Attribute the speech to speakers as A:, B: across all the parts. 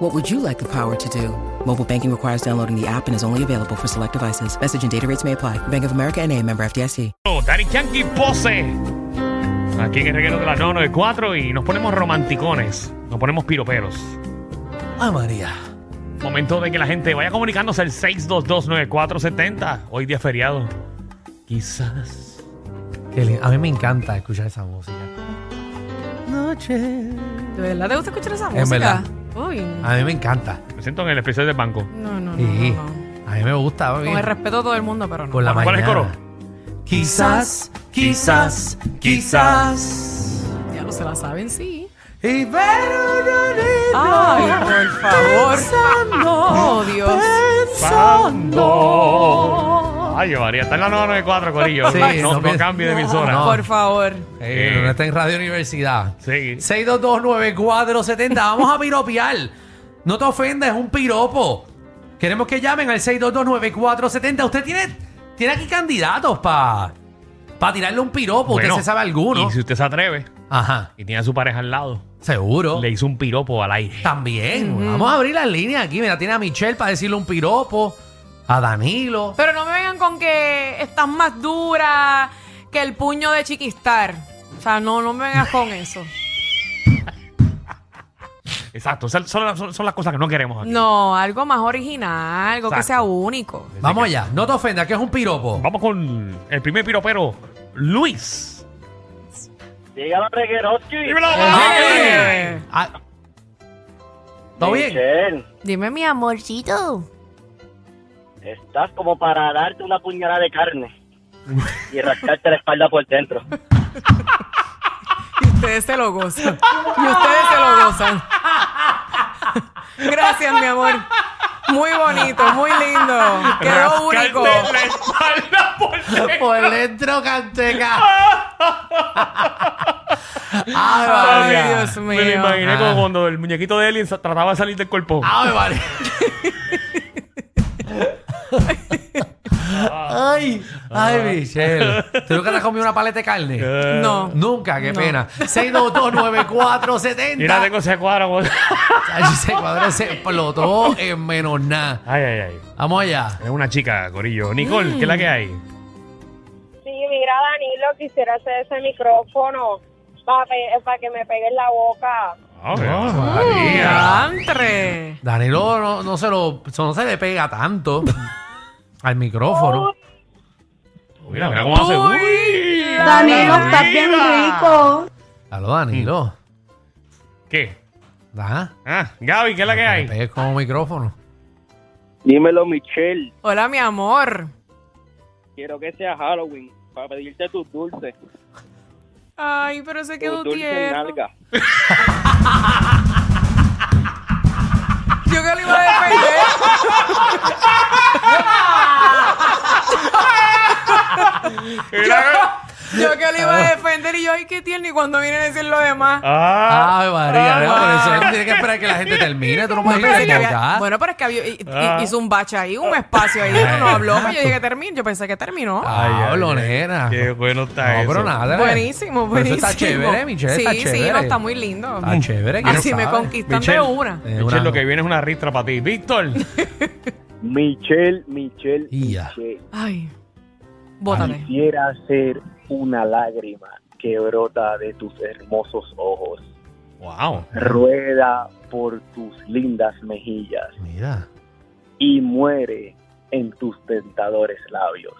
A: What would you like the power to do? Mobile banking requires downloading the app and is only available for select devices. Message and data rates may apply. Bank of America and a member FDIC.
B: Dani Yankee Pose. Aquí en el reguero de la 994 y nos ponemos romanticones, nos ponemos piroperos.
C: Ah, María.
B: Momento de que la gente vaya comunicándose al 6229470. Hoy día feriado. Quizás.
C: Qué lindo. A mí me encanta escuchar esa música. Noche.
D: ¿De verdad te gusta escuchar esa
C: Es
D: música?
C: verdad.
D: Uy.
C: A mí me encanta.
B: Me siento en el especial del banco.
D: No, no, no,
C: Sí.
D: no, no.
C: A mí me gusta.
D: Con el respeto de todo el mundo, pero no.
C: Con la
B: ¿Cuál es el
C: mañana.
B: coro?
C: Quizás, quizás, quizás.
D: Ya lo se la saben, sí.
C: Y pero no le-
D: Ay, por favor. Oh, Dios.
B: ¡Bando! Ay, María, está en la 994, Corillo.
C: Sí,
B: no,
C: no
B: no
C: pi-
B: cambie de emisora.
C: No.
D: Por favor.
C: Eh, pero no está en Radio Universidad.
B: Sí.
C: 6229470. Vamos a piropear. No te ofendas, es un piropo. Queremos que llamen al 6229470. Usted tiene, tiene aquí candidatos para tirarle un piropo.
B: Bueno,
C: usted se sabe alguno.
B: Y si usted se atreve
C: Ajá,
B: y tiene a su pareja al lado,
C: seguro.
B: le hizo un piropo al aire.
C: Ah. También. Vamos a abrir las líneas aquí. Mira, tiene a Michelle para decirle un piropo. A Danilo.
D: Pero no me vengan con que estás más dura que el puño de chiquistar. O sea, no, no me vengas con eso.
B: Exacto. Son, son- son- son las cosas que no queremos aquí.
D: No, algo más original, algo que
B: Exacto.
D: sea único.
C: Vamos allá. No te ofendas, que es un piropo.
B: Vamos con el primer piropero, Luis.
E: Llega la
B: ¡Dímelo,
D: Eh,
C: Ah. ¿Todo bien?
D: Dime, mi amorcito.
E: estás como para darte una puñalada de carne y rascarte la espalda por dentro.
D: Y ustedes se lo gozan. Y ustedes se lo gozan. Gracias, mi amor. Muy bonito, muy lindo. Quedó
B: Rascarte
D: único.
B: la espalda por dentro.
C: Por dentro canteca. Ay,
D: Ay,
C: María.
D: Dios
B: Me lo
D: mío.
B: imaginé como
C: Ah.
B: cuando el muñequito de Alien sa- trataba de salir del cuerpo.
C: Ay, María. ay,
B: Ah.
C: ay, Michelle. ¿Tú nunca te has comido una paleta de carne?
D: No.
C: Nunca, qué
D: No.
C: pena. 6229470.
B: Mira, tengo ese cuadro.
C: Ay, Ese cuadro se explotó en menos nada.
B: Ay, ay, ay.
C: Vamos allá.
B: Es una chica, Corillo. Nicole, ¿qué es la que hay?
F: Sí, mira, Danilo, quisiera hacer ese micrófono para que me pegue en la boca.
B: Ah,
C: Ah,
B: bueno.
C: María.
D: ¡Diantre!
C: Danilo no, no se lo, no se le pega tanto al
B: Oh.
C: micrófono.
B: Mira, mira cómo hace.
D: Uy,
B: Uy,
G: Danilo,
B: la
G: estás bien
B: vida.
G: rico.
C: Aló, Danilo.
B: ¿Qué?
C: Ajá.
B: Ah, Gaby, ¿qué es la que
C: Me
B: hay?
C: pegues como micrófono.
E: Dímelo, Michelle.
D: Hola, mi amor.
E: Quiero que sea Halloween para pedirte tus dulces.
D: Ay, pero se
E: Tus
D: quedó
E: dulces en
D: tierno.
E: alga.
D: Yo que lo iba a defender.
B: Mira.
D: Yo que lo iba a defender. Y yo, ay, qué tierno. Y cuando vienen a decir lo demás.
B: Ah,
C: Ay, María, no, por eso no tienes que esperar que la gente termine. Tú no puedes
D: No, pero es que
C: irte
D: había-
C: acá.
D: bueno, pero es que había- y- y-
B: Ah.
D: hizo un bache ahí, un espacio ahí. No habló. pero Yo dije que terminó. Yo pensé que terminó.
C: Ay, Pablo, nena.
B: qué bueno está
C: no,
B: eso.
C: pero nada.
D: Buenísimo,
C: Pero eso
D: buenísimo.
C: está chévere, Michelle,
D: Sí,
C: está
D: sí,
C: chévere.
D: no, está muy lindo.
C: Está chévere. ¿quién
D: Así me
C: sabe?
D: conquistan
B: Michelle.
D: de una.
C: Eh,
B: Michelle,
C: una-
B: lo que viene es una ristra para ti. Víctor.
E: Michelle, Michelle,
C: Y ya.
E: Michelle.
D: Ay, bótate.
E: Quisiera ser una lágrima que brota de tus hermosos ojos.
B: Wow.
E: Rueda por tus lindas mejillas
C: Mira.
E: y muere en tus tentadores labios.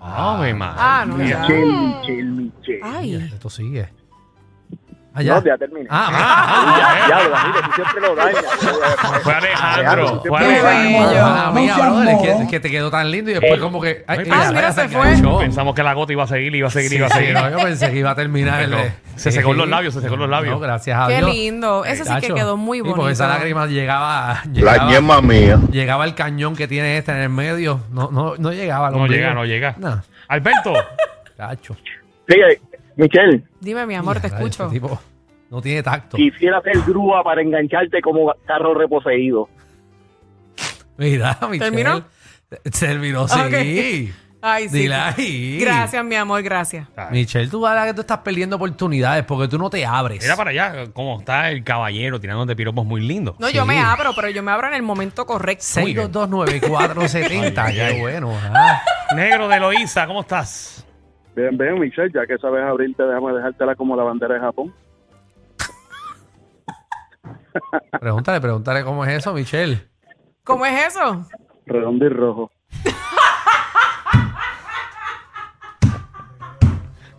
B: Ave Oh, madre.
D: Ah, no, ya. Ah.
E: Michelle, Michelle, Michelle.
D: Ay,
C: Esto sigue.
E: No,
C: Allá.
E: ya terminé.
C: Ah,
E: Ya, ya, lo Danilo, tú siempre lo dañas.
B: Fue Alejandro. Fue
D: Qué
B: Alejandro.
D: bello.
C: Mala mía, brother, es que, es que te quedó tan lindo y después
E: Eh.
C: como que...
B: Ay,
D: mira, se fue.
C: enganchó.
B: Pensamos que la gota iba a seguir, iba a seguir,
C: Sí,
B: iba a
C: sí,
B: seguir.
C: no, yo pensé que iba a terminar el
B: Pero
C: de-
B: se secó los labios, se secó los labios.
C: No, gracias a
D: qué
C: Dios.
D: lindo. Pues Ese sí que
C: Chacho.
D: quedó muy
C: Sí,
D: bonito.
C: porque esa lágrima llegaba... llegaba
H: La ñema mía.
C: Llegaba el cañón que tiene este en el medio. No, no, no llegaba. al
B: No
C: ombligo.
B: llega, no llega.
C: No.
B: Alberto.
C: Cacho.
E: Sigue, eh, Michelle,
D: Dime, mi amor, te
C: Mira, este
D: escucho.
C: tipo no tiene tacto.
E: quisiera ser grúa para engancharte como carro reposeído.
C: Mira, Michelle.
D: ¿Terminó?
C: Terminó, sí.
D: Ok. Ay, sí.
C: Dile ahí.
D: Gracias, mi amor, gracias.
C: Michelle, tú vas a que tú estás perdiendo oportunidades porque tú no te abres.
B: Mira para allá cómo está el caballero tirándote piropos muy lindos.
D: No, yo me abro, pero yo me abro en el momento correcto.
C: 6229470.
B: Ay, ay,
C: Qué
B: ay.
C: bueno. ah. ajá.
B: Negro de Loíza, ¿cómo estás?
G: Bien, bien, Michelle, ya que sabes abrirte, déjame dejártela como la bandera de Japón.
C: Pregúntale, pregúntale cómo es eso, Michelle.
D: ¿Cómo es eso?
G: Redondo y rojo.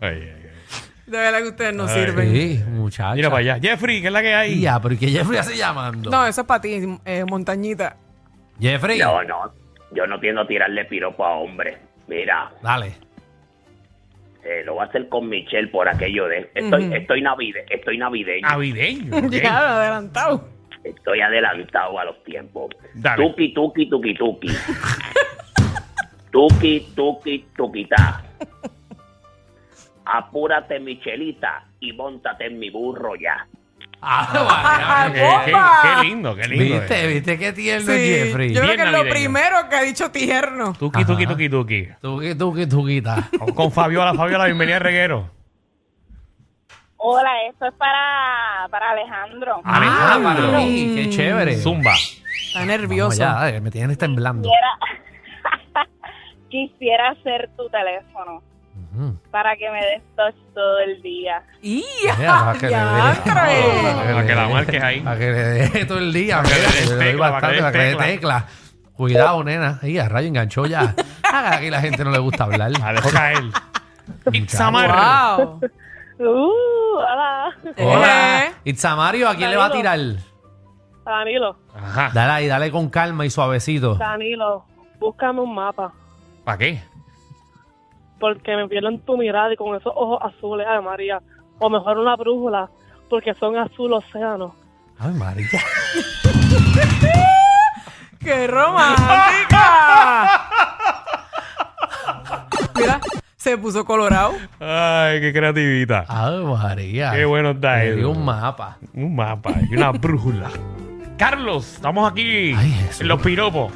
D: De verdad que ustedes no
B: Ay.
D: sirven.
C: Sí, muchacha.
B: Mira para allá. Jeffrey, ¿qué es la que hay?
C: Ya, pero ¿y qué Jeffrey hace llamando?
D: No, eso es para ti, eh, montañita.
C: Jeffrey,
E: No, no, yo no tiendo a tirarle piropo a hombre. Mira,
C: dale.
E: eh, lo voy a hacer con Michelle por aquello de... Estoy,
D: Ujú.
E: estoy, navide- estoy navideño,
B: Ah. Navideño. ok.
D: Ya, lo adelantado.
E: estoy adelantado a los tiempos.
B: Dale.
E: Tuki, tuki, tuki, tuki. tuki, tuki, tuquita. Apúrate, Michelita, y móntate en mi burro ya.
C: Ah,
B: Qué-
C: vale, vale.
B: Eh, qué,
D: ¡Bomba!
B: qué lindo, qué lindo.
C: ¿Viste?
B: eh.
C: ¿Viste qué
D: Sí,
C: tierno es Jeffrey?
D: yo creo
B: Bien
D: que es lo
B: navideño.
D: primero que ha dicho tierno.
B: Tuki, tuki,
C: Ajá.
B: tuki, tuki.
C: Tuqui, tuqui, tuquita.
B: Vamos con Fabiola, Fabiola, bienvenida al reguero.
F: Hola, esto es para, para Alejandro.
C: Ah,
B: Alejandro.
C: para mí, qué chévere.
B: Zumba.
D: Está
C: Vamos
D: nervioso.
C: allá, dale, me tienen temblando.
F: Quisiera, quisiera ser tu teléfono
C: Ujú.
F: para que me des touch todo el día.
D: ¡Y
C: Mira, para que le dé.
D: diantre!
B: Para que la
C: le dé.
B: marques ahí.
C: Para que le dé todo el día.
B: Para que le
C: mira,
B: des
C: que le doy
B: tecla, para que
C: bastante,
B: le des
C: Para que le dé
B: tecla.
C: tecla. Cuidado, nena. Ahí a rayo enganchó ya. Ah, Aquí la gente no le gusta hablar.
B: La dejó caer. Itzamar.
D: ¡Wow!
F: Uh, hola,
C: Hola.
D: Eh.
C: Itzamario, ¿a quién le va a
F: Saludos.
C: tirar?
F: Danilo,
B: Ajá.
C: Dale ahí, dale con calma y suavecito.
F: Danilo, búscame un mapa
B: ¿Para qué?
F: porque me pierdo en tu mirada y con esos ojos azules, ay María, o mejor una brújula porque son azul océano.
C: Ay, María.
D: ¡Qué romántica! Mira, se puso colorado.
B: Ay, qué creativita.
C: Ay, María.
B: Qué bueno está
C: Me
B: eso.
C: dio un mapa.
B: Un mapa y una brújula. Carlos, estamos aquí
C: Ay, Jesús.
B: en los piropos.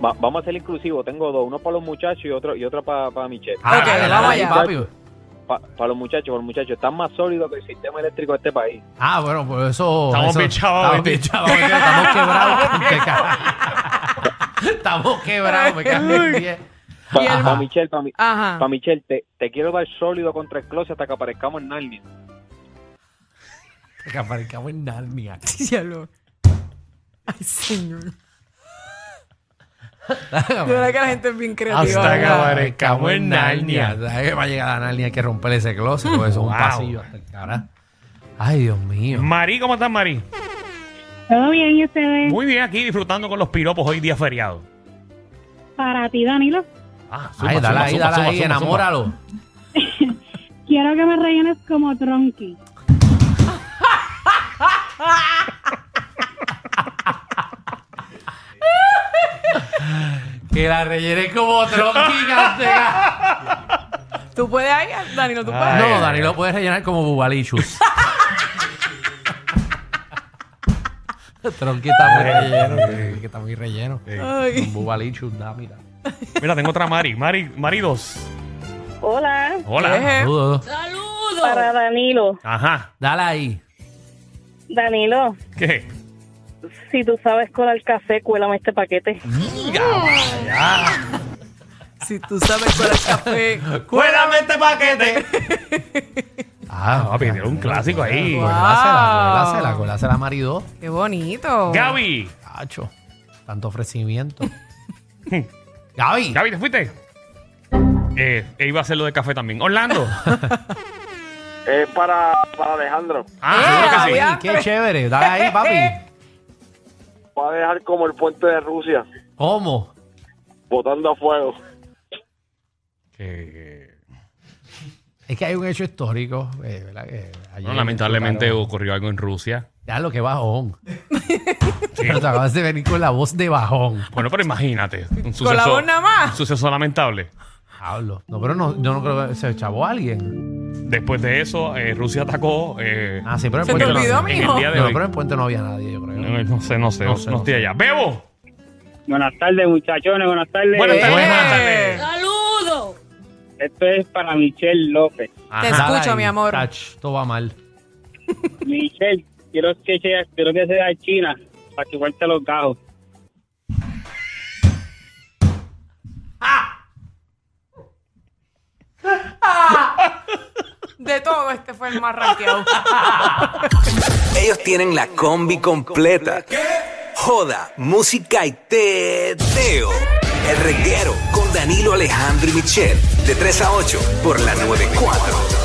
H: vamos a ser inclusivos. Tengo dos, uno para los muchachos y otro y otro para Michelle.
C: Ah,
D: Ok,
C: dale,
D: vamos
C: dale,
D: allá.
C: papi.
H: Para los muchachos, para los muchachos. Están más sólidos que el sistema eléctrico de este país.
C: Ah, bueno, pues eso.
B: Estamos
C: eso-
B: bien chavos,
C: Estamos
B: ¿viste?
C: bien chavos, porque Estamos quebrados. me ca- estamos quebrados, me cago en diez.
D: Y
H: Para
D: el-
H: Michelle, para
D: Ajá.
H: Michelle, te, te quiero dar sólido contra el closet hasta que aparezcamos en Narnia.
C: Que aparezcamos en Narnia.
D: Cielo. Ay, señor. De verdad que la gente es bien creativa.
B: Hasta
D: ¿verdad?
B: que aparezcamos en Narnia.
C: ¿Sabes que va a llegar a Narnia? Hay que romper ese closet. porque eso es un
B: Wow.
C: pasillo hasta el cabrón. Ay, Dios mío.
B: Mari, ¿cómo estás, Mari?
F: Todo bien, ¿y ustedes?
B: Muy bien, aquí disfrutando con los piropos hoy día feriado.
F: Para ti, Danilo,
B: Ah,
C: Ay, dale ahí, dale ahí, enamóralo.
F: quiero que me rellenes como tronqui.
C: Que la rellené como tronqui, canteca.
D: Tú puedes ahí, Danilo, tú puedes.
B: Ay, ay,
C: No,
B: ay.
C: Dani, lo puedes rellenar como bubalichus. tronqui está muy relleno. tronqui está muy relleno.
D: Ay.
C: Con bubalichus, da, mira.
B: Mira, tengo otra Mari. Mari, Mari 2.
F: Hola,
B: Hola.
D: Eje.
C: Saludos.
F: para Danilo.
B: Ajá.
C: Dale ahí.
F: Danilo,
B: ¿Qué?
F: si tú sabes colar café, cuélame este paquete.
D: Si tú sabes cuál es el café.
C: ¡Cuélame este paquete! ah,
B: papi,
C: ok.
B: tiene un clásico ahí.
C: Cuélásela,
D: Wow.
C: cuélásela, cuélásela, marido.
D: Qué
C: Oh.
D: bonito.
B: Gaby.
C: Cacho, tanto ofrecimiento. Gaby.
B: Mm. Gaby, ¿te fuiste? Eh, eh, iba a hacer lo de café también. Orlando.
G: Es para, para Alejandro.
B: Ah,
D: Eh,
B: seguro que sí.
D: Gaby.
C: Ay, qué chévere. Dale ahí, papi.
G: Va a dejar como el puente de Rusia,
C: ¿Cómo?
G: botando a fuego.
B: Que-
C: Es que hay un hecho histórico. eh, ¿verdad? Que ayer
B: No, lamentablemente
C: explotaron-
B: ocurrió algo en Rusia.
C: Ya lo que bajón. Pero te acabas de venir con la voz de bajón.
B: Bueno, pero imagínate. Un suceso,
D: Con la voz nada más.
B: Un suceso lamentable.
C: Hablo. No, pero no, yo no creo que se chavó alguien.
B: Después de eso, eh, Rusia atacó. eh,
C: Ah, sí, pero en
D: Se te
C: Puente no
D: olvidó,
C: había-
B: en el
D: mijo.
B: día de
C: No,
B: hoy.
C: pero en Puente no había nadie, yo creo.
B: No, no sé, no sé, no,
C: No sé,
B: no
C: no
B: estoy
C: sé.
B: allá. ¡Bebo!
E: Buenas tardes, muchachones, buenas tardes.
B: Buenas tardes.
D: Eh.
B: Buenas tardes.
E: Esto es para Michelle López.
C: Ajá.
D: Te escucho,
C: Dale ahí.
D: mi amor.
C: Tach, todo va mal.
E: Michelle, quiero que sea, quiero que sea China para que cuente los gajos.
D: De todo, este fue el más ranqueado.
I: Ellos tienen la combi completa. Joda, música y teo. El reguero con Danilo Alejandro y Michel. De 3 a 8 por la 94.